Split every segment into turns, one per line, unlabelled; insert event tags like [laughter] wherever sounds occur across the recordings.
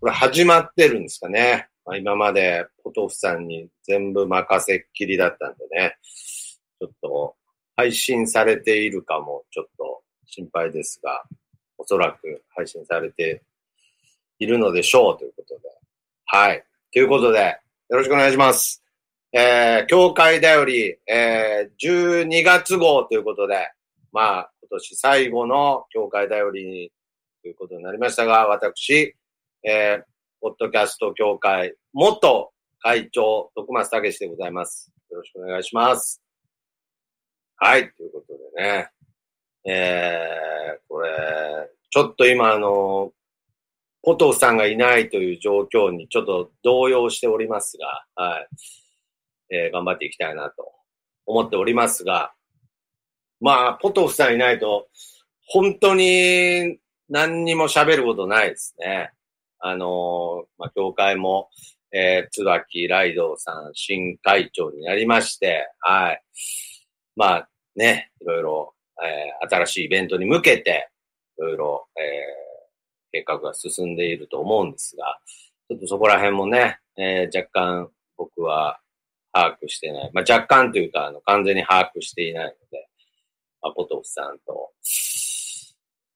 これ始まってるんですかね。まあ、今までポトフさんに全部任せっきりだったんでね。ちょっと配信されているかもちょっと心配ですが、おそらく配信されているのでしょうということで。はい。ということで、よろしくお願いします。えー、教会だより、えー、12月号ということで、まあ、今年最後の教会だよりということになりましたが、私、えー、ポッドキャスト協会、元会長、徳松武史でございます。よろしくお願いします。はい、ということでね。えー、これ、ちょっと今、あの、ポトフさんがいないという状況にちょっと動揺しておりますが、はい。えー頑張っていきたいなと思っておりますが、まあ、ポトフさんいないと、本当に何にも喋ることないですね。あのーまあ、協会も、えー、椿ライドさん新会長になりまして、はい。まあ、ね、いろいろ、えー新しいイベントに向けて、いろいろ、えー計画が進んでいると思うんですが、ちょっとそこら辺もね、えー若干僕は把握してない。まあ、若干というか、あの、完全に把握していないので、まあ、ポトフさんと、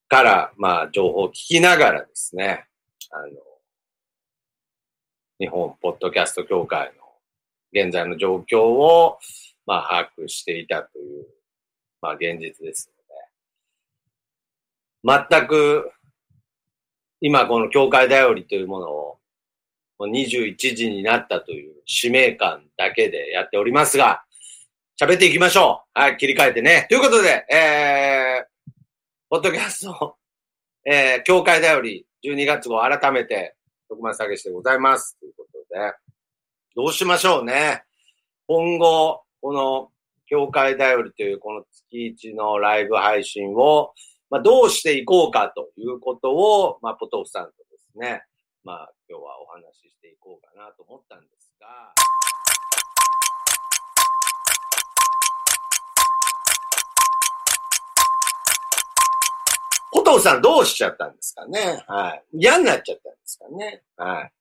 から、まあ、情報を聞きながらですね、あの、日本ポッドキャスト協会の現在の状況を、まあ、把握していたという、まあ、現実ですので、全く、今この協会頼りというものを、もう21時になったという使命感だけでやっておりますが、喋っていきましょうはい、切り替えてね。ということで、えー、ポッドキャスト、えー、協会頼り12月号改めて、徳松武史でございます。ということで、どうしましょうね。今後、この、協会頼りというこの月一のライブ配信を、まあ、どうしていこうかということを、まあ、ポトフさんとですね、まあ、今日はお話ししていこうかなと思ったんですが。ポトフさんどうしちゃったんですかねはい。嫌になっちゃったんですかねはい。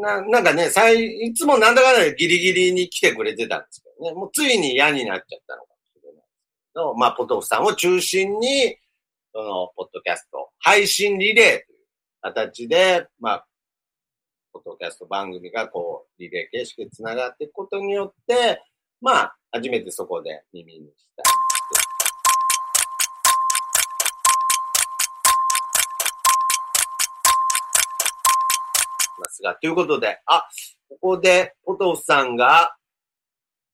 な、なんかね、最、いつもなんだかんだギリギリに来てくれてたんですけどね。もうついに嫌になっちゃったのかもしれないですけど、まあ、ポトフさんを中心に、その、ポッドキャスト、配信リレー形で、まあ、ポッドキャスト番組がこう、リレー形式で繋がっていくことによって、まあ、初めてそこで耳にした。ますが、ということで、あ、ここで、ポトフさんが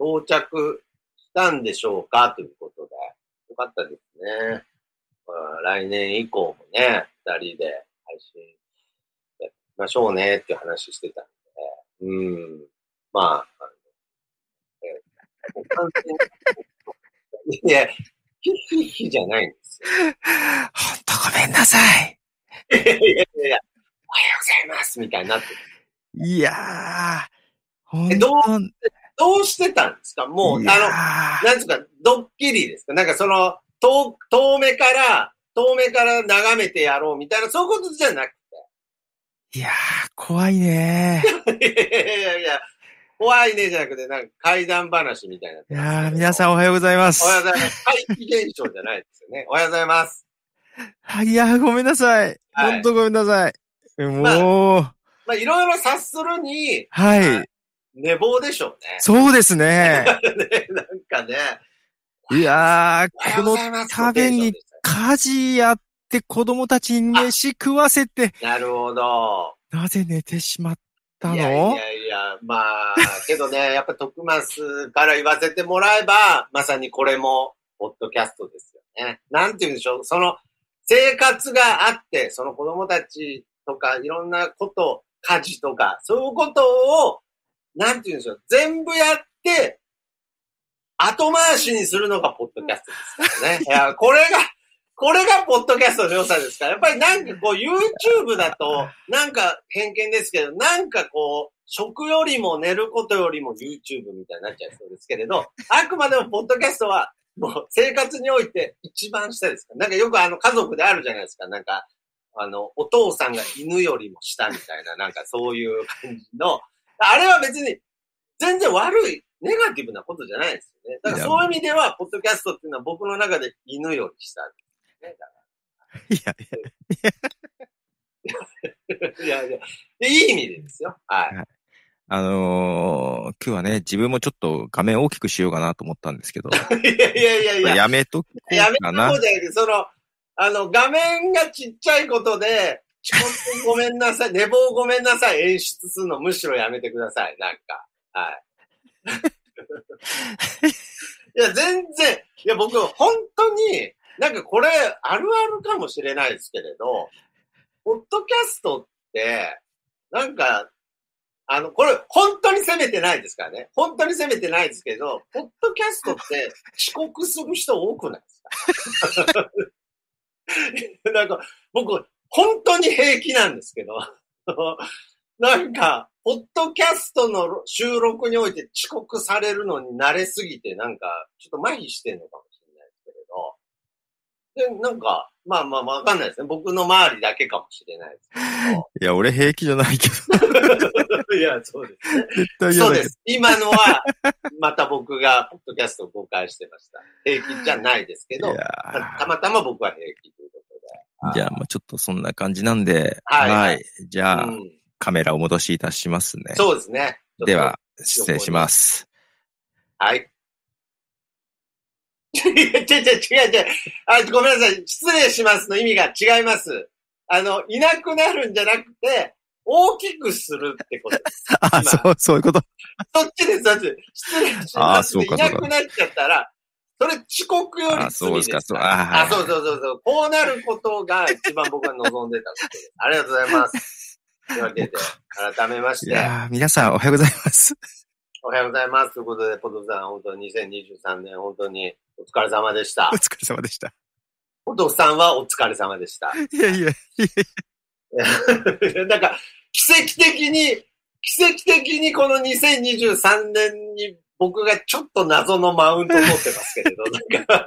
到着したんでしょうかということで、よかったですね。まあ来年以降もね、二人で配信やりましょうねっていう話してたんで、うん。まあ、あのえーもう完全に、いや、ヒヒヒじゃないんですよ。
ほんとごめんなさい。
いやいやいや、おはようございますみたいになってる。
いやー。ほん
え
と
どどうしてたんですかもう、あ
い
のな
や、
んつうか、ドッキリですかなんかその、遠、遠目から、遠目から眺めてやろうみたいな、そういうことじゃなく
ーいやー、怖
[laughs]
いねー。
て。いやいやいやいや、怖いねじゃなくて、なんか怪談話みたいになって
い
ます
やー、皆さ
ん。
んおはようございます
お。はようございます。怪奇現象じゃないですよね。おはようございます。
はいいやー、ごめんなさい。
はい
ほんとごめんなさい。
まあ
もう、
まあ、いろいろ察するに、
はい。
寝坊でしょうね。
そうです
[laughs]
ね。
ねなんかね、
い
お
や
は
ー、
よ
こ
うご
の
ざいます。
ために家事やって子供たちに飯食わせて、
なるほど。
なぜ寝てしまったの
いやいやいや、まあ、けどね、やっぱ徳スから言わせてもらえば、まさにこれも、ポッドキャストですよね。なんて言うんでしょう、その、生活があって、その子供たちとか、いろんなこと、家事とか、そういうことを、なんて言うんでしょう、全部やって、後回しにするのがポッドキャストです
[laughs]
からね。いや、これが、これがポッドキャストの良さですから、やっぱりなんかこう YouTube だと、なんか偏見ですけど、なんかこう、食よりも寝ることよりも YouTube みたいになっちゃいそうですけれど、あくまでもポッドキャストは、もう生活において一番下ですから。なんかよくあの家族であるじゃないですか。なんか、あの、お父さんが犬よりも下みたいな、なんかそういう感じの、あれは別に、全然悪い、ネガティブなことじゃないですよね。だからそういう意味では、ポッドキャストっていうのは僕の中で犬より下ですね。
いや、
いやいや、いい意味でですよ。はい。
あのー今日はね、自分もちょっと画面大きくしようかなと思ったんですけど、
いやいやいやいや。
やめとこう
やめた方
か
じゃ
な
な。いけど、その、あの、画面がちっちゃいことで、遅刻ごめんなさい、寝坊ごめんなさい、演出するのむしろやめてください、なんか。はい。いや、全然、いや、僕、本当に、なんかこれ、あるあるかもしれないですけれど、ポッドキャストって、なんか、あの、これ、本当に責めてないですからね。本当に責めてないですけど、ポッドキャストって遅刻する人多くないですか [laughs] なんか、僕、本当に平気なんですけど、 [laughs] なんか、ポッドキャストの収録において遅刻されるのに慣れすぎて、なんか、ちょっと麻痺してんのかもしれないですけれど。で、なんか、まあまあまあわかんないですね。僕の周りだけかもしれないです
いや、俺平気じゃないけど、
けど。いや、そうです。 [laughs]
絶対嫌
そう
だけ
で
ど。
す。今のは、また僕が、ポッドキャストを誤解してました。平気じゃないですけ
い
ど、
や
たたまたま僕は平気ということで。
ーじゃあ、まあちょっとそんな感じなんで、
はい
じゃあ、
うん
カメラお戻しいたしますね。
そうですね。
では、失礼します。
はい。 [laughs] 違う違う違う違うあ。ごめんなさい。失礼しますの意味が違います。あの、いなくなるんじゃなくて、大きくするって
[laughs]
ことです。
あ、そう、そういうこと。
そっちです、そっちです。失礼し
あ
ま
ー
す。
そうか
いなくなっちゃったら、それ遅刻より罪
あそうですか
ですから
そうあはい
あ、そうそうそうそう。こうなることが一番僕が望んでたことです。ありがとうございます。
[laughs]
というわけで、改めまし
い
て。
やー皆さんおはようございます。
おはようございます。ということで、ポトフさん、本当に2023年、本当にお疲れ様でした
お。疲れ様でした。
ポトフさんはお疲れ様でした。 [laughs]
いやいや、
なんか、奇跡的に、奇跡的にこの2023年に僕がちょっと謎のマウントを取ってますけれど、なんか、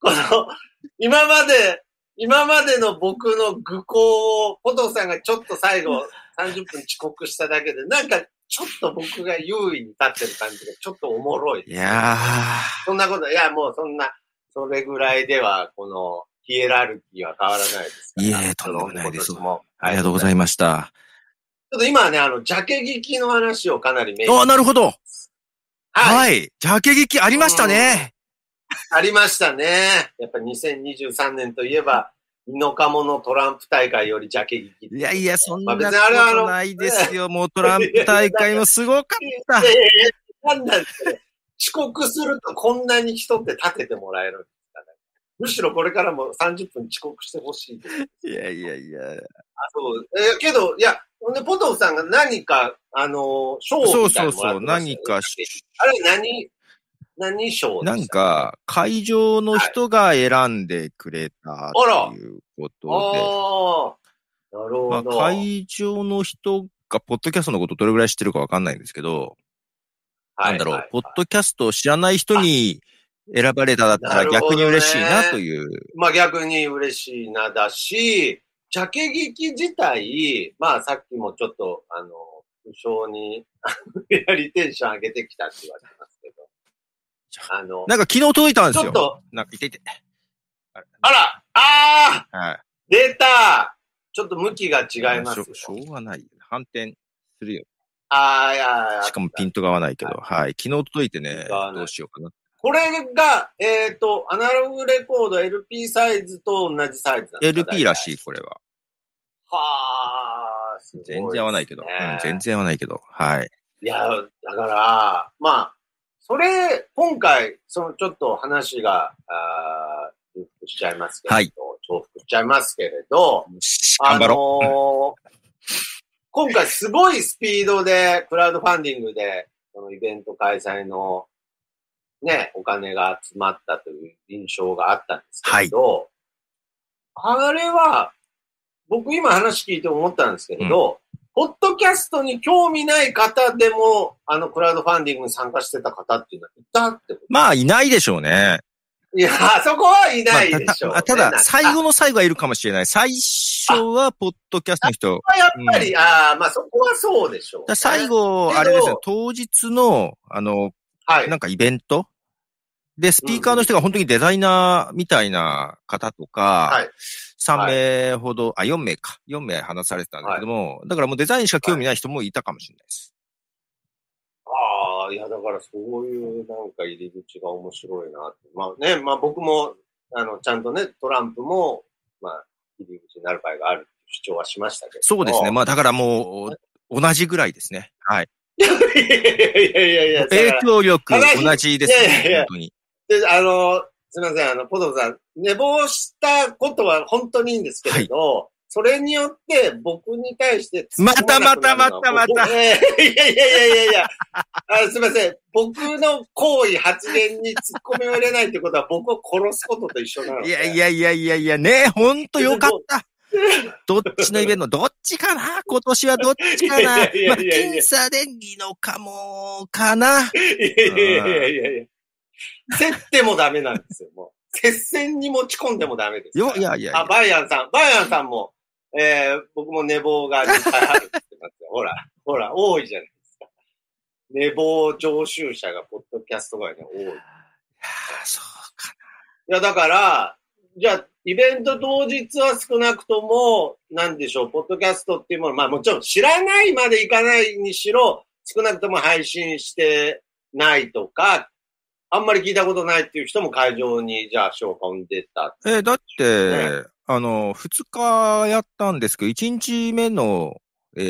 この、今まで、今までの僕の愚行を、ポトフさんがちょっと最後30分遅刻しただけで、なんか、ちょっと僕が優位に立ってる感じがちょっとおもろい。
いや
そんなこと、いや、もうそんな、それぐらいでは、この、ヒエラルキーは変わらないですから。
いえとんでもないです
その今年も
ー、ありがとうございました。
ちょっと今はね、あの、ジャケ聞きの話をかなりメイン
あ、なるほど。
はい、
はい。ジャケ劇ありましたね。
ありましたね。やっぱ2023年といえば、イノカモのトランプ大会よりジャケ聞き。
いやいや、そん
ま
な
あ
こ
別にあれはあの
とないですよ。もうトランプ大会もすごかった
[laughs] い。やいやいやなんなんですかね遅刻するとこんなに人って立ててもらえるんですかね。むしろこれからも30分遅刻してほしいです。
いやいやいや。
あそう。えーけど、いや、ほんで、ポトフさんが何か、あのー、賞
そう
みたい
そ
な
う
のもらっ
そう、
てましたよね
何かし、
あれ、何、何賞で
な
し
ん
た
か、会場の人が選んでくれたということで、
ああ、なる
ま
ほ
あ、
ど。
会場の人が、ポッドキャストのことどれぐらい知ってるかわかんないんですけど、
はい
なんだろう、
は
ポ
い
ッドキャストを知らない人に選ばれただった
な
ら
るほ
逆
どね
に嬉しいなという、
まあ逆に嬉しいなだし、ジャケ劇自体、まあさっきもちょっと、あの、不詳に、 [laughs] やはりテンション上げてきたって言われてますけど。あの、
なんか昨日届いたんで
ち
す
ょっ
よ。
と、
なんか、いていて。あれ
あら、ああ
はい。
出たちょっと向きが違いますよ。
しょしょうがない。反転するよ。
ああ、いやいや
しかもピントが合わないけど、はい。昨日届いてね
合わ、ない
どうしようかな。
これが、えっ、と、アナログレコード LP サイズと同じサイズなんですか
LP らしい、。これは。
はあ、すごいですね
全然合わないけど。うん、全然合わないけど。はい。
いや、だから、まあ、それ、今回、そのちょっと話が、あー重複しちゃいますけれど、
はい
重複しちゃいますけれど、
頑張ろ
あのー今回すごいスピードで、クラウドファンディングで、このイベント開催の、ね、お金が集まったという印象があったんですけれど、あれは、僕今話聞いて思ったんですけれど、ポッドキャストに興味ない方でも、あの、クラウドファンディングに参加してた方っていうのはいたってこ
う。まあ、いないでしょうね。
といや、そこはい
まあ
ないでしょうね、
たたた
なんか
だ、最後の最後はいるかもしれない。最初初は、ポッドキャストの人。
まあ、やっぱり、ああ、まあそこはそうでしょう、
だ最。後、
けど
あれですね、当日の、あの、
はい。
なんかイベントで、スピーカーの人が本当にデザイナーみたいな方と
は
か
い、
3名ほど、あ、4名か。4名話されてたんだけども、だからもうデザインしか興味ない人もいたかもしれないです。
ああ、いや、だからそういうなんか入り口が面白いなって。まあね、まあ僕も、あの、ちゃんとね、トランプも、まあ、入り口になる場合があるって主張はしましたけど。
そうですね。。まあだからもう、同じぐらいですね。はい。
[laughs] いやいやいやいや、だ
影
から
響力
だから
同じです
いやいやい
ね。
や
本当に。
で、あの、すみません、あの、ポトフさん、寝坊したことは本当にいいんですけれど、それによって僕に対して突っ込なくなるのは
またまたまたまた
僕えー [laughs] いやいやいやいやいや、あすみません、僕の行為、発言に突っ込みを入れないってことは僕を殺すことと一緒なので。
いや
や。
いやいやいやいや、ね、ほんとよかった。どっちのイベント、どっちかな今年はどっちかなま
い
あ、
やいやいやいや
僅差でいいのかも、かない
やいやいやいやいや。競ってもダメなんですよ、もう。接戦に持ち込んでもダメですから。
よ、いやいやい
あ、
や。
バイアンさん、バイアンさんも、えー、僕も寝坊がいっぱいあるって言ってますよ。ほら、ほら、多いじゃないですか。寝坊常習者がポッドキャストがね、多い。い
あそうか
や、だから、じゃあ、イベント当日は少なくとも、なんでしょう、ポッドキャストっていうもの、まあもちろん知らないまでいかないにしろ、少なくとも配信してないとか、あんまり聞いたことないっていう人も会場に、じゃあ、消化を出た。
えーだって、
ね
あの、2日やったんですけど、1日目の、え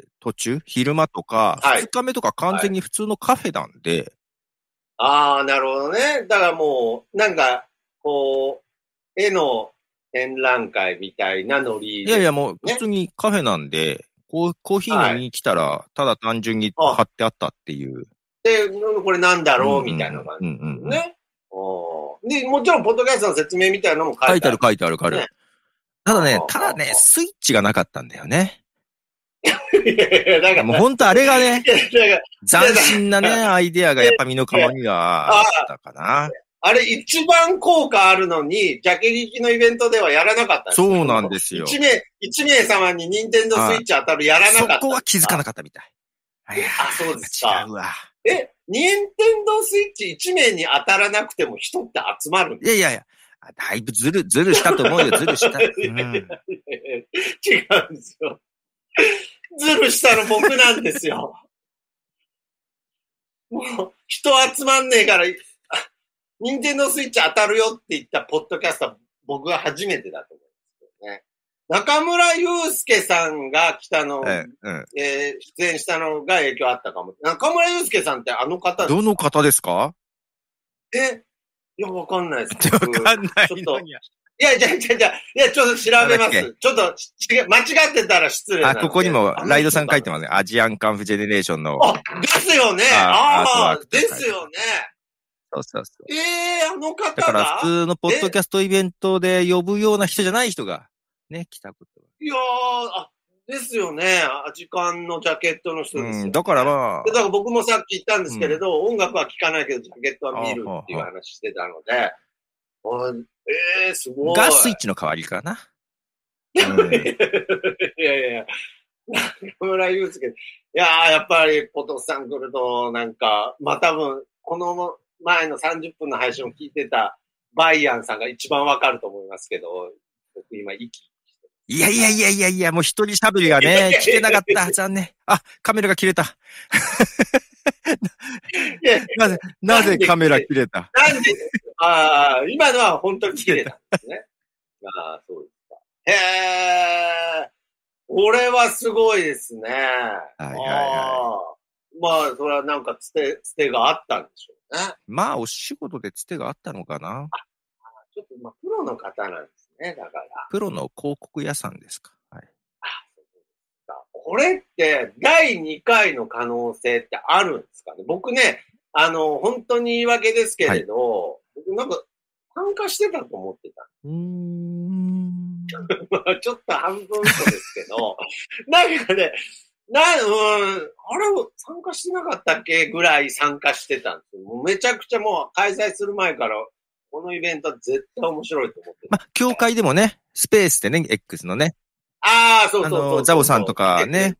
ー途中、昼間とか、
はい
2日目とか完全に普通のカフェなんで、
ああ、なるほどね。だからもう、なんか、こう、絵の展覧会みたいなノリ
い、
で。
やいや、もう
ね
普通にカフェなんで、コーコーヒー飲みに来たら、ただ単純に買ってあったっていう。
で、これなんだ
だ
ろうみたいな感じ。
うんうんうん
ね。おーで、もちろん、ポッドキャストの説明みたいなのも書
書
い
い
て
て
あ
あ
る
る。書いてある書いてあ
ね
る。ただね
ああ、
ただ
あ
ね
あ、
スイッチがなかったんだよね。
いやいや [laughs] だから、
もう本当あれがね、
いやだから
斬新なね、アイデアがやっぱ身の皮にはあったかな。
あれ一番効果あるのに、ジャケリキのイベントではやらなかった
そうなんですよ。
一名、一名様に任天堂スイッチ当たるやらなかった。
そこは気づかなかったみたい。
あそうですか
違うわ。
え、任天堂スイッチ一名に当たらなくても人って集まるん [laughs]
いやいやいや、あだいぶずる、ずるしたと思うよ、ずるし
[laughs]
た。うん、
えー違うんですよ。ズルしたの僕なんですよ。もう、人集まんねえから、あ任天堂スイッチ当たるよって言ったポッドキャスター、僕は初めてだと思うんですけどね。中村祐介さんが来たの、
えうん
えー出演したのが影響あったかも。中村祐介さんってあの方
どの方ですか
えいや、わかんないです。
[laughs] わかんない
ちょっと
のに
いや、じゃじゃじゃいや、ちょっと調べま
なんだっ
す。ちょっと、違う間違ってたら失礼な
[laughs] あ、
ので
ここにも、ライドさん書いて
ま
ますね。アジアンカンフジェネレーションの。
す。ですよね。
あ
あ
アートワー
あ
ク、と
で
か
すよね。
そうそうそう。
ええあの
だ
方
から
が
普通のポッドキャストイベントで呼ぶような人じゃない人が、ね、来たこと。
いやーあ、ですよね。あ時間のジャケットの人
う
ですよ、
ん、だからまあ
で、だから僕もさっき言ったんですけれど、音楽は聴かないけど、ジャケットは見るっていう話してたので、あええすごい。
ガスイッチの代わりかな。 [laughs] う
[laughs]
ん
いやいやいや、中村祐介。いやー、やっぱり、ポトフさん来ると、なんか、まあ、多分、この前の30分の配信を聞いてた、バイアンさんが一番わかると思いますけど、僕今、息。
いやいやいやいやいや、もう一人喋りがね、聞けなかった。残念。あ、カメラが切れた。
いや、
なぜ、なぜカメラ切れた
なんで、ああ、今のは本当に綺麗なんですね。ああ、そうですか。へえ、これはすごいですね。はい
いはい
まあ、それはなんか、つて、つてがあったんでしょうね。
まあ、お仕事でつてがあったのかな
ちょっと、まあ、プロの方なんですね。だから、
プロの広告屋さんですか。はい、
これって、第2回の可能性ってあるんですかね僕ね、あの、本当に言い訳ですけれど、僕なんか、参加してたと思ってた。 [laughs]
うーん。
まあちょっと半分嘘ですけど、 [laughs] なんかね、な、うん、あれ、参加してなかったっけぐらい参加してたんですよもうめちゃくちゃもう開催する前から、このイベントは絶対面白いと思ってた
まあ、教会でもね、スペースでね、X のね、
ああ、そう
あ
そうそう
の、ザボさんとかね、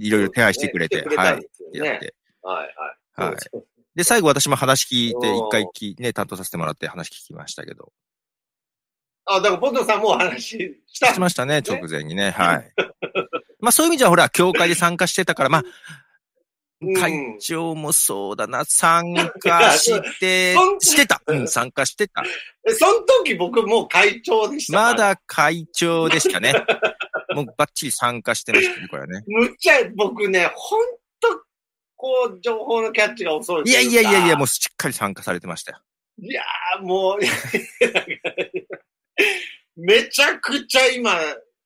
いろいろ手配してくれて、
そうですねしてくれ
は
たん
い
で、すよね
やって。
はいはい。
はい
そうそう
で、最後私も話聞いて、
おー
一回き、ね、担当させてもらって話聞きました
[laughs]
けど。
あ、だから、ポトフさんもう話した
し。ましたね、直前にね、はい。まあそういう意味じゃ、ほら、協会で参加してたから、まあ、
うん
会長もそうだな、参加
[laughs]
して
そん、
してた。うん、参加してた。
え、その時僕もう会長でしたから
ま。だ会長
[laughs]
でしたね。もうバッチリ参加してましたね、これはね。
むっちゃ、僕ね、ほんと、こう、情報のキャッチが遅いと
い
いう
や
か。
いやいやいや、も
う。
うしっかり参加されてましたよ。
いやーもう、 [laughs] めちゃくちゃ今、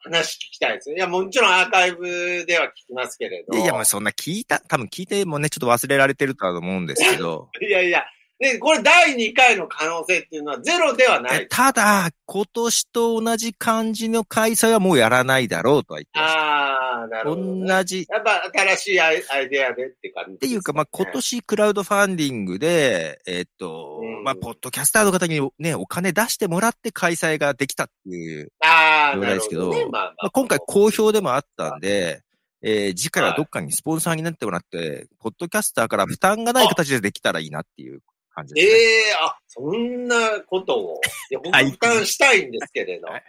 話聞きたいですね。いや、もちろんアーカイブでは聞きますけれど。
いやいや、もうそんな聞いた、多分聞いてもね、ちょっと忘れられてるとは思うんですけど。
いやいや。ね、これ第2回の可能性っていうのはゼロではない。
ただ、今年と同じ感じの開催はもうやらないだろうとは言ってました。
ああ、なるほど、ね。
同じ。
やっぱ新しいアイアイデアでって感じ、
っていうか、まあ、今。年クラウドファンディングで、えっと
うん、
まあ、ポッドキャスターの方にね、お金出してもらって開催ができたっていう、
ああ、
ぐ
な
らい
る
です
ほ
け
ど、
ど
ね。まあまあ
まあ、今回好評でもあったんで、えー次回はどっかにスポンサーになってもらって、ポッドキャスターから負担がない形でできたらいいなっていう感じ
え
ですね。
えあ、そんなことを。いや、僕
はい
負担したいんですけれど。
はい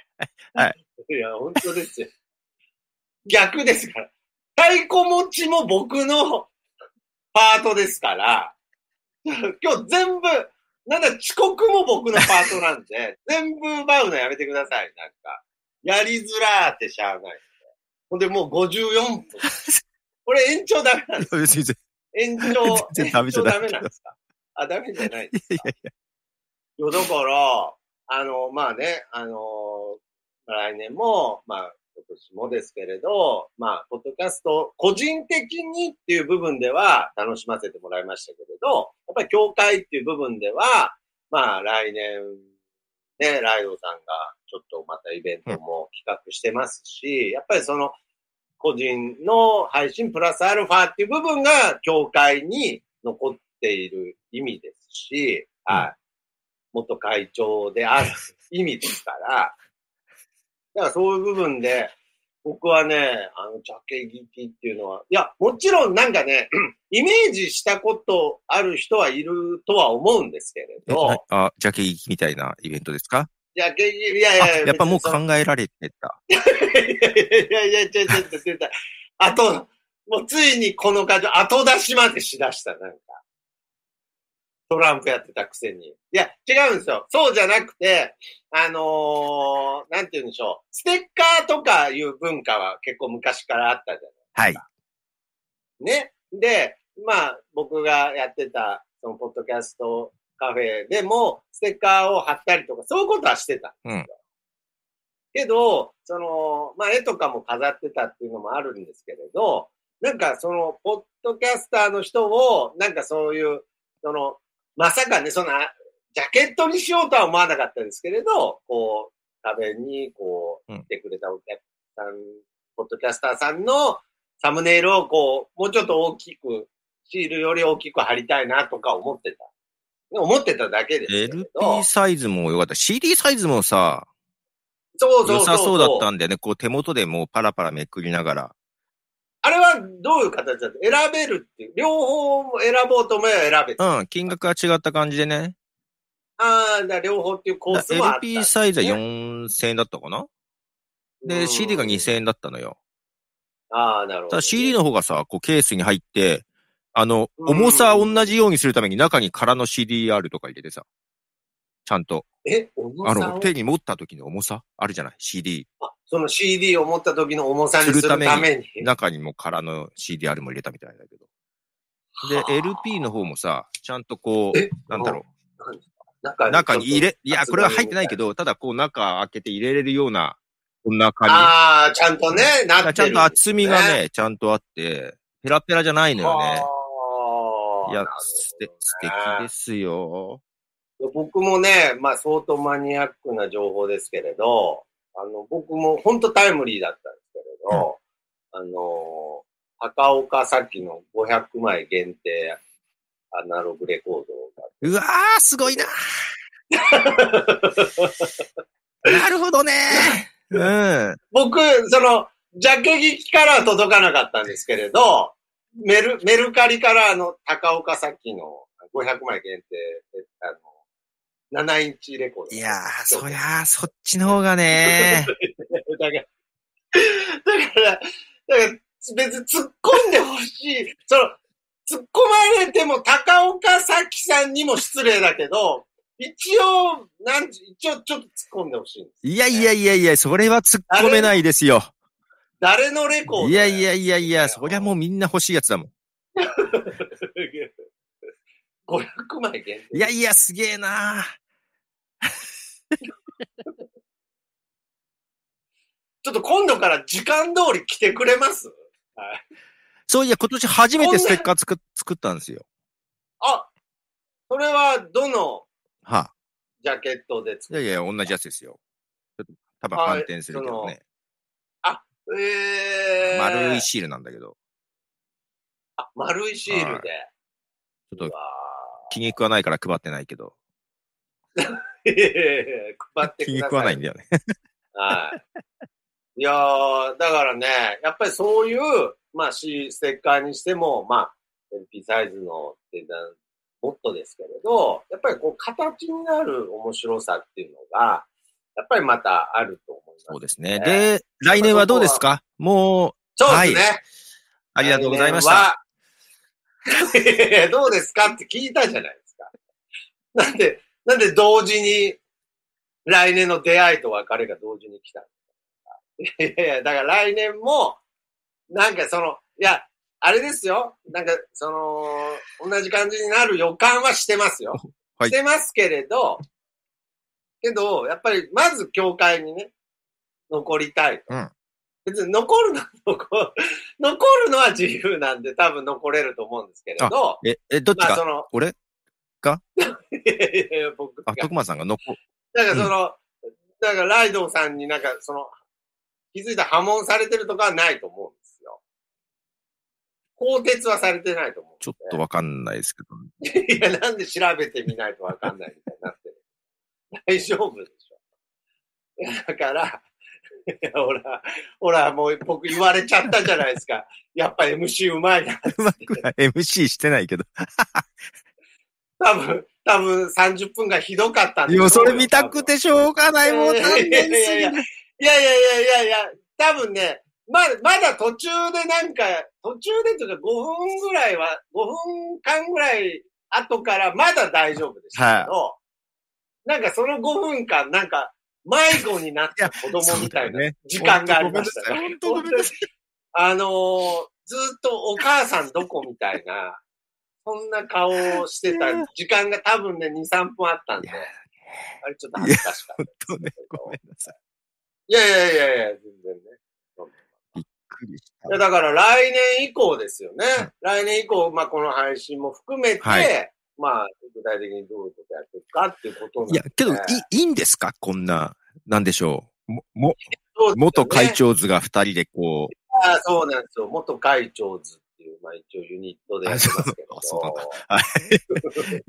はい。
いや、本当ですよ。逆ですから。太鼓持ちも僕のパートですから、今日全部、なんだ、遅刻も僕のパートなんで、 [laughs] 全部奪うのやめてください、なんか。やりづらーってしゃあないんで。ほんで、もう54分。
[laughs]
これ延長ダメなんです。
別に全、
延長
[laughs] 全然ダメじゃない
延長ダメなんですかあ、ダメじゃない。
然いやい
いや、だから、あの、まあね、あの、来年も、まあ、今年もですけれど、まあ、ポッドキャスト、個人的にっていう部分では楽しませてもらいましたけれど、やっぱり協会っていう部分では、まあ、来年、ね、ライドさんがちょっとまたイベントも企画してますし、やっぱりその、個人の配信プラスアルファっていう部分が、協会に残っている意味ですし、
うん
はい。元会長である意味ですから、だからそういう部分で、僕はね、あの、ジャケ聞きっていうのは、いや、もちろんなんかね、 [clears throat] イメージしたことある人はいるとは思うんですけれ
やえな
ど、
あ、ジャケ行きみたいなイベントですか
ジャケ聞き、いやい
あ
やいや、
やっぱもう
別にそ
考えられてた。
いやいやいや、ちょいちょいちょいちょい。あと、もうついにこの会長、後出しまでしだした、なんか。トランプやってたくせに。いや、違うんですよ。そうじゃなくて、あのーなんて言うんでしょう。ステッカーとかいう文化は結構昔からあったじゃない
はい。
ね。で、まあ、僕がやってた、その、ポッドキャストカフェでも、ステッカーを貼ったりとか、そういうことはしてたんですよ。けど、その、まあ、絵とかも飾ってたっていうのもあるんですけれど、なんか、その、ポッドキャスターの人を、なんかそういう、その、まさかね、そんな、ジャケットにしようとは思わなかったんですけれど、こう、壁に、こう、
うん
来てくれたお客さん、ポッドキャスターさんのサムネイルをこう、もうちょっと大きく、シールより大きく貼りたいなとか思ってた。思ってただけですけれど。
LP サイズも良かった。CD サイズもさ、
そうそうそう
良さそうだった
ん
んでね、こう手元でもうパラパラめくりながら。
あれはどういう形だった選べるっていう。両方も選ぼうと思えば選べた。
うん、金額が違った感じでね。
ああ、だから両方っていうコースもあった、
LP サイズは4000円だったかな
う
で、
ん
CD が2000円だったのよ。
ああ、なるほど。
ただ CD の方がさ、こうケースに入って、あの、
うん
重さ同じようにするために中に空の CDR とか入れてさ、ちゃんと、
え、重
あ
さを
の、手に持った時の重さあるじゃない ?CD。
あその CD を持った時の重さにするために。
するため中にも空の CDR も入れたみたいだけど。
はあ
で、LP の方もさ、ちゃんとこう
え、
なんだろ
中
う、中に入れ、いや、これは入ってないけ
ど。
ど、ただこう中開けて入れれるような、こんな感じ。
ああ、ちゃんとね、なってる
ちゃんと厚みがね、ちゃんとあって、ペラペラじゃないのよね。
ああ
いや
なる、
素
ほど
敵
ね
素敵ですよ。
僕もね、まあ相当マニアックな情報ですけれど、あの、僕も本当タイムリーだったんですけれど、あの、高岡さっきの500枚限定アナログレコードが
うわー、すご
[laughs]
いなーなるほどねーうん。
僕、その、ジャック聞きからは届かなかったんですけれど、メル、メルカリからあの、高岡さっきの500枚限定、あの、7インチレコード。
いやー、そりゃあ、そっちの方がね
だから、だから、だから別に突っ込んでほしい。その、突っ込まれても高岡早紀さんにも失礼だけど、一応、なんじ一応ちょっと突っ込んでほしいんです。
いやいやいやいや、それは突っ込めないですよ。
誰のレコード
いや
[laughs]
いやいやいや、そ
そ
りゃもうみんな欲しいやつだもん。
う。500枚限定。
いやいや、すげえなー
ちょっと今度から時間通り来てくれます
そういや、今年初めてステッカー作っ作ったんですよ。
あ、それはどの
はあ。
ジャケットで
い
作
やいや、同じやつですよ。ちょっと多分反転するけどね。
るえー、
丸いシールなんだけど、
あ丸いシールで。
ちょっ
う
と
わ
気に食わないから配ってないけど。
ーいやいやいや配ってください。
気に食わないんだよね。
はい。いやー、だからね、やっぱりそういう、まあ、シーステッカーにしても、まあ、LP サイズのデザイン、もっとですけれど、やっぱりこう、形になる面白さっていうのが、やっぱりまたあると思います。
そうですね。で、来年はどうですかもう、
そうですね。
ありがとうございまし
来
た。
年は。いやいや [laughs] どうですかって聞いたじゃないですか。なんで、なんで同時に、来年の出会いと別れが同時に来たんですかいやいや、だから来年も、なんかその、いや、あれですよ。なんか、その、同じ感じになる予感はしてますよ。
[laughs] はい
してますけれど、けど、やっぱり、まず教会にね、残りたいと。
うん
別に残るの [laughs] は残残るのは自由なんで多分残れると思うんですけれど、
え、え、どっち
まあそ
か
の、 [laughs]
俺
いやいやいや僕が
あ、、徳間さんが残
だからその、だからライドウさんになんかその、気づいた破門されてるとかはないと思うんですよ。更迭はされてないと思う。
ちょっとわかんないですけ
[laughs]
ど。
いや、なんで調べてみないとわかんないみたいになってる。大丈夫でしょ。いや、だから、いやほら、ほら、もう僕言われちゃったじゃないですか。やっぱ MC うまいな。
うまくない。MC してないけど。
多分、多分30分がひどかったん
いや、それ見たくてしょうがない。もう残
い
念
やいやいや
すぎる。
いやいやいやいやいや、多分ね、ま、まだ途中でなんか、途中でというか5分ぐらいは、5分間ぐらい後からまだ大丈夫でしたけど、なんかその5分間、なんか迷子になった子供みたい
そうだよ
な
ね
時間がありましたね。
本当ごめんなさい。
あのーずっとお母さんどこみたいな、そんな顔をしてた時間が多分ね、2、3分あったんで、
いや
あれちょっと恥ずかしかったです
本当ね
けど
ごめんなさい。
いやいやいやいや、全然ね。
びっくりし
いや、だから来年以降ですよね。来年以降、まあ、この配信も含めて、
はい
まあ、具体的にどういうことやっていくかっていうことなん
た。い
で
や、けど、いい、いいんですかこんな、なんでしょう。も、も、元会。長図が二人でこ
そう
う、
ですよねああそうなんですよ。元会長ズっていう、まあ、一応ユニットでやってますけど
あ。そうあい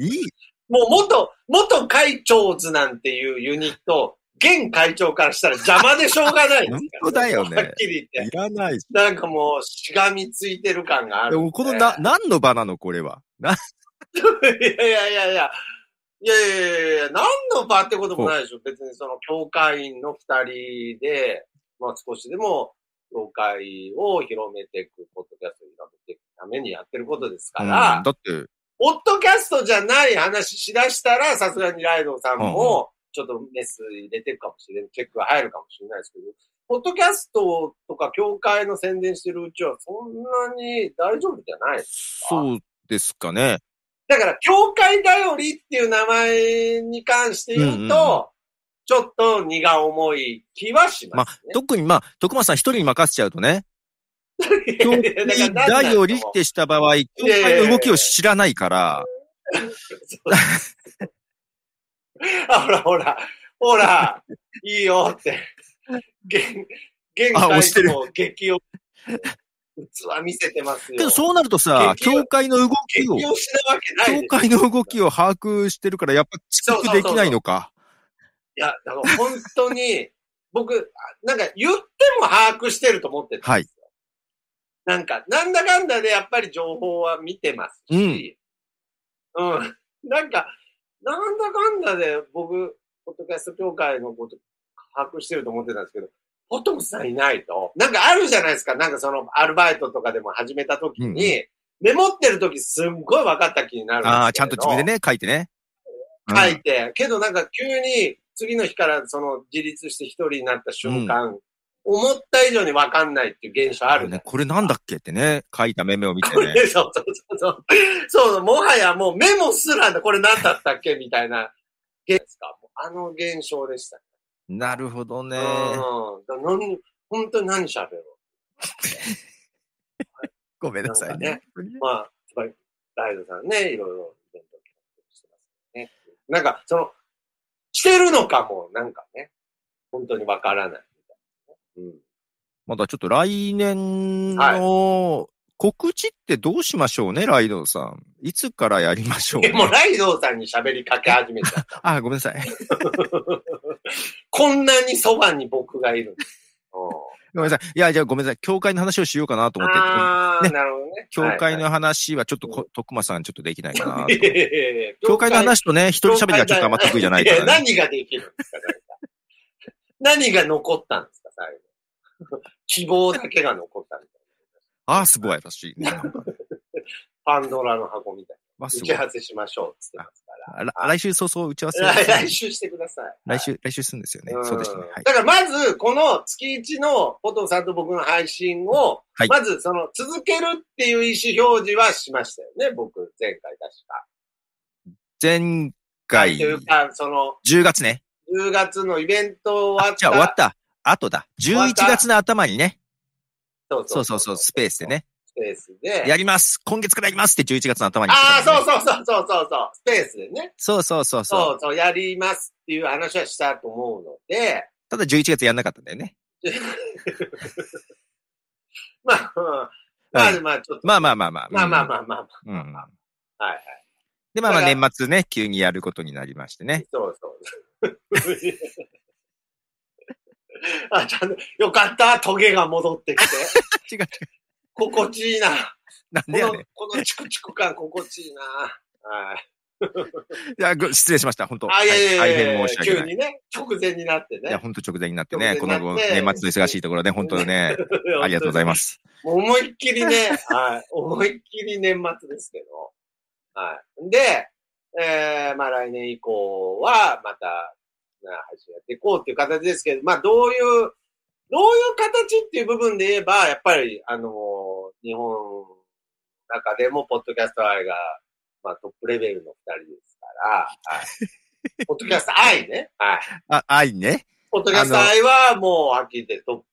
い、
もう元、元会長ズなんていうユニット、現会長からしたら邪魔でしょうがないんですから
[laughs] 本当だよね
はっきり言っ
い
て。
らないし。
なんかもう、しがみついてる感があ
で
るんで。
も、このな、何の場なのこれは。な、
いやいやいやいや。いやいやいやいや、何の場ってこともないでしょ。別にその、教会員の二人で、まあ少しでも、教会を広めていく、ポッドキャストを広めていくためにやってることですか
うん
ら、
だって、
ポッドキャストじゃない話しだしたら、さすがにライドウさん
うん
も、ちょっとメス入れてるかもしれん、チェックが入るかもしれないですけど、ポッドキャストとか教会の宣伝してるうちは、そんなに大丈夫じゃない
そうですかね。
だから、教会頼りっていう名前に関して言うと、
うんうんうん
ちょっと荷が重い気はし
まあ
ます、ね。、
特にまあ、徳間さん一人に任せちゃうとね、
いやいやだから
教会
何なん
頼りってした場合、教会の動きを知らないから、
あ、ほらほら、ほら、いいよって。現、現
あ押
会
して
長
る
激を、器見せてますよ。
けどそうなるとさ、
激を
教会の動き
激
を、
をしなわけない
教
でしょ。
会の動きを把握してるから、やっぱ遅刻できないのか。
いや、だから本当に、 [laughs] 僕、なんか言っても把握してると思ってたんですよ。なんか、なんだかんだでやっぱり情報は見てますし、うん。なんか、なんだかんだで僕、ポッドキャスト協会のこと把握してると思ってたんですけど、ポトムさんいないと、なんかあるじゃないですか、なんかそのアルバイトとかでも始めた時に、
うんうん
メモってる時すんごい分かった気になるんですけれど。
ああ、ちゃんと自分でね、書いてね。うん
書いて、けどなんか急に次の日からその自立して一人になった瞬間、思った以上に分かんないっていう現象ある
ね
ね。。
これなんだっけってね、書いたメモを見て
[laughs] こ
ね。
れ、そうそうそうそう。そう、もはやもうメモすら、これ何だったっけみたいな、現ですかあの現象でした。
なるほどね。
うん。だから何本当に何喋ろ
ごめんなさい
なん
ね。
う。まあ、やっぱりライドさんね、いろいろイベントしてますね。なんか、その、してるのかも、なんかね、本当にわからないみたいなね。うん。
まだちょっと来年の告知ってどうしましょうね、ライドウさん。いつからやりましょ
[laughs]
う、
で
ね、
も、ライドウさんに喋りかけ始め [laughs] ちゃった。
あ、ごめんなさい。 [laughs]
こんなにそばに僕がいるんです。う
ごめんなさい。いや、じゃあごめんなさい。教会の話をしようかなと
ん
思って。
あー、
ね
なるほどね。
教会の
話。
話はちょっとこ徳間さんちょっとできないかな
はい。いやいやいや
教会の話とね、一人喋りはちょっとあんま得意じゃないか
や
らね。
何ができるんですか、大体何が残ったんですか、最後。希望だけが残ったみたい
ああ、すごい、私。ねなんか
な。パンドラの箱みたい
わ、
な。
す
打
ご
ち
い
合。わせしましょうっつってますか
あら来週早々打ち合わせ。
ら。来来週してください。
来週、来週するんですよね。
ん
そうでしたね。はい。
だからまず、この月1のポトさんと僕の配信を、
はい
まずその続けるっていう意思表示はしましたよね、僕、前回確か。
前
と
回、
いう
10
か、その、
月ね。
10月のイベント終わ
あ
っ、
じゃ
た。
あ終わった。後だ。11月の頭にね。
そう
そうそうそう、スペースで。ね。
スペースで。
やります今月からやりますって11月の頭に言って
ああ、
たもんね、
そうそうそうそうそうそう、スペースでね。
そうそうそうそ。
そううそう、やりますっていう話はしたと思うので、
ただ11月やんなかったんだよね。
まあ、うんま
う
あ
ん
まあ、ちょっと。
まあまあまあまあ。
まあまあま
あ。
あまあまあ。
うん。はい
はい。
で、まあまあ
だから
年末ね、急にやることになりましてね。
そうそう。 [laughs] あ、ちゃんと、よかった、トゲが戻ってきて。
[laughs] [laughs] 違う違う。
心地いいな。
なん
こ
でやね
の
んい、
このチクチク感心地いいな。
[laughs]
はい。
や。ご失礼しました、本当。
あ、いやいやいやい
は
や
大変申し訳
急
ない。
にね、直前になって
いや、
ね。
本当直前になって
直
ね、こ
前にな
の
って
年末の忙しいところね、本当
[laughs]
にね、ありがとうございます。
もう思いっきりね、はい、思いっきり年末ですけど。はい。で、えー、まあ来年以降は、また、な配信やっていこうっていう形ですけど、まあどういう、どういう形っていう部分で言えば、やっぱり、あの日本の中でも、ポッドキャスト愛が、まあトップレベルの二人ですから、はい。ポッドキャスト愛ね。はい。
あ、愛ね。
ポッドキャスト愛は、もう、秋でトッ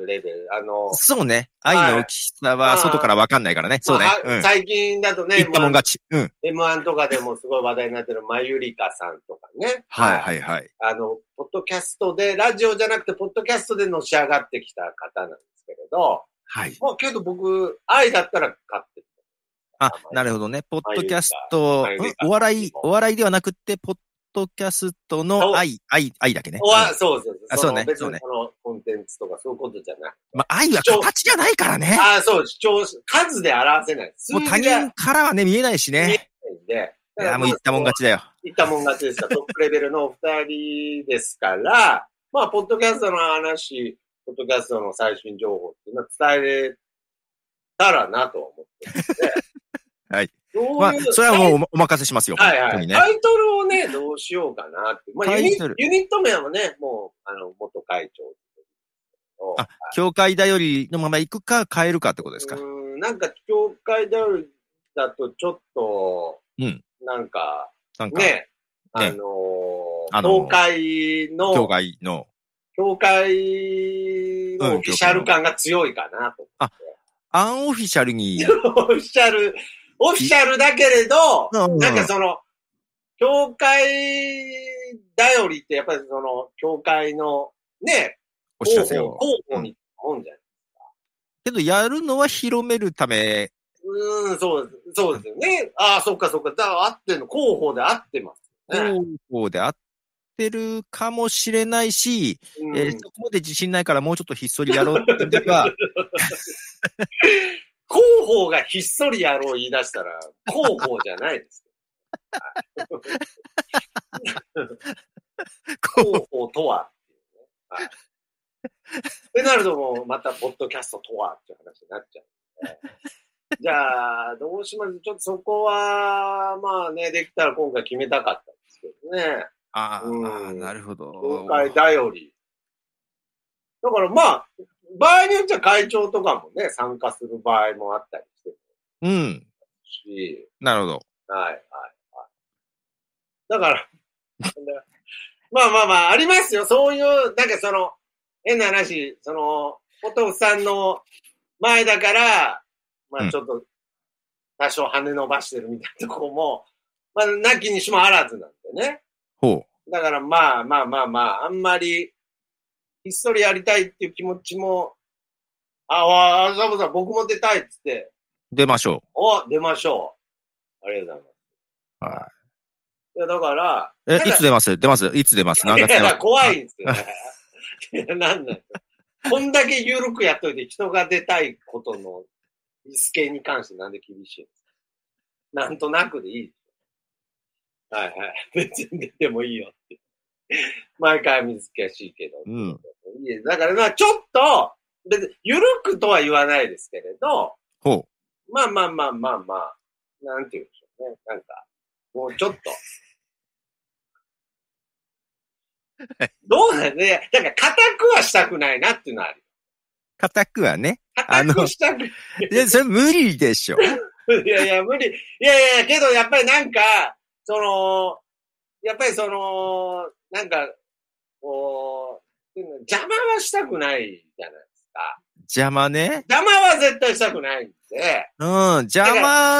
プレベル。あの、
そうね。愛の大きさは外からわかんないからね。そうね
まあ。
うん。
最近だとね、
言ったもん勝ち。うん。
M1 とかでもすごい話題になってる、まゆりかさんとかね。
はいはいはい。
あの、ポッドキャストで、ラジオじゃなくて、ポッドキャストでのし上がってきた方なんですけれど、
はい。
もうけど僕、愛だったら買ってる。
あ、なるほどね。ポッドキャスト、
まあ言うかまあ言う
うん
か
お笑い、お笑いではなくて、ポッドキャスト
そう
の愛、愛、愛だけね。
おわ
うん
そうそう
あ
の
そうね
別
そう
に
ね
そのコンテンツとかそういうことじゃない。
まあ、愛は形じゃないからね。
ああ、そう、主張し、数で表せない。数
もう他
字じゃ
人からはね、見えないし
見え
ね。
ないんで。
いや、もう言ったもん勝ちだよ。
いったもん勝ちですから、トップレベルのお二人ですから、 [laughs] まあ、ポッドキャストの話、ポッドキャストの最新情報っていうのは伝えれたらなと思ってますね
[laughs] はい。
どういう、
まあ、それはもうおまお任せしますよ。
はいは
本当
い、
にね。
タイトルをね、どうしようかなって。まあ、ユニ
タイトル
ユニット名はね、もう、あの、元会長
あ教会だよりのまま行くか、変えるかってことですか。
うーん、なんか、教会だよりだと、ちょっと、
うん
なんか、
なんか、
ね、あの
ね
ー、
あのー
教会の、
教会の。
教会のオフィシャル感が強いかなと。
アンオフィシャルに、
オフィシャル、オフィシャルだけれど、
うん
なんかその、教会頼りってやっぱりその、教会のね、
お知らせ
広
を。
報に思うんじゃない
けど、やるのは広めるため、
うーん、そうです、そうですよね。ああ、そっかそっか。だから合ってんの、広報で合ってますね。
広報であっってるかもしれないし、
うん
えーそこまで自信ないからもうちょっとひっそりやろうっていう時
[laughs]
は、
広報がひっそりやろう言い出したら、広報じゃないです。
こう
広報とはっていうね。はい。ってなるともう、また、ポッドキャストとはっていう話になっちゃうんで。じゃあ、どうしますちょっとそこは、まあね、できたら今回決めたかったんですけどね。
あーあ
う
ー、
ん
なるほど
今。回頼り。だからまあ、場合によっちゃ会長とかもね、参加する場合もあったりしてる
うん。
し、
なるほど。
はいはいはい。だから、 [laughs] まあまあまあ、ありますよ。そういう、なんかその、変な話、その、お父さんの前だから、ま
う
あ
ん
ちょっと、多少跳ね伸ばしてるみたいなとこも、まあ、なきにしもあらずなんでね。
ほ
だからまあまあまあまあ、あんまり、ひっそりやりたいっていう気持ちも、あ、わあ、サボさん、僕も出たいっつって、
う。出ましょ
お、出ましょう。ありがとうございます。
う。はい
や、だから、
い。え、
ただ
いつ出ます出ますいつ出ます何
いや
月
だ
出ま
から
す
怖いんですよ、ね。いや、 [laughs] なんなんこんだけ緩くやっといて人が出たいことのリスケに関してなんで厳しいんですかなんとなくでいい。はいはい。別に出てもいいよって。毎回難しいけど。
うん。
いやだからまあちょっと、別に緩くとは言わないですけれど、
ほ
まあまあまあまあまあ、なんて言うんでしょうね。なんか、もうちょっと。どうなんね。だから、固くはしたくないなっていうのはある。
う。固くはね。あの
固くしたく
いや、それ無理でしょ。
いやいや、無理。いやいや、けどやっぱりなんか、その、やっぱりその、なんか、こう、邪魔はしたくないじゃないですか。
邪魔ね。
邪魔は絶対したくないんで、
嗯うん。邪魔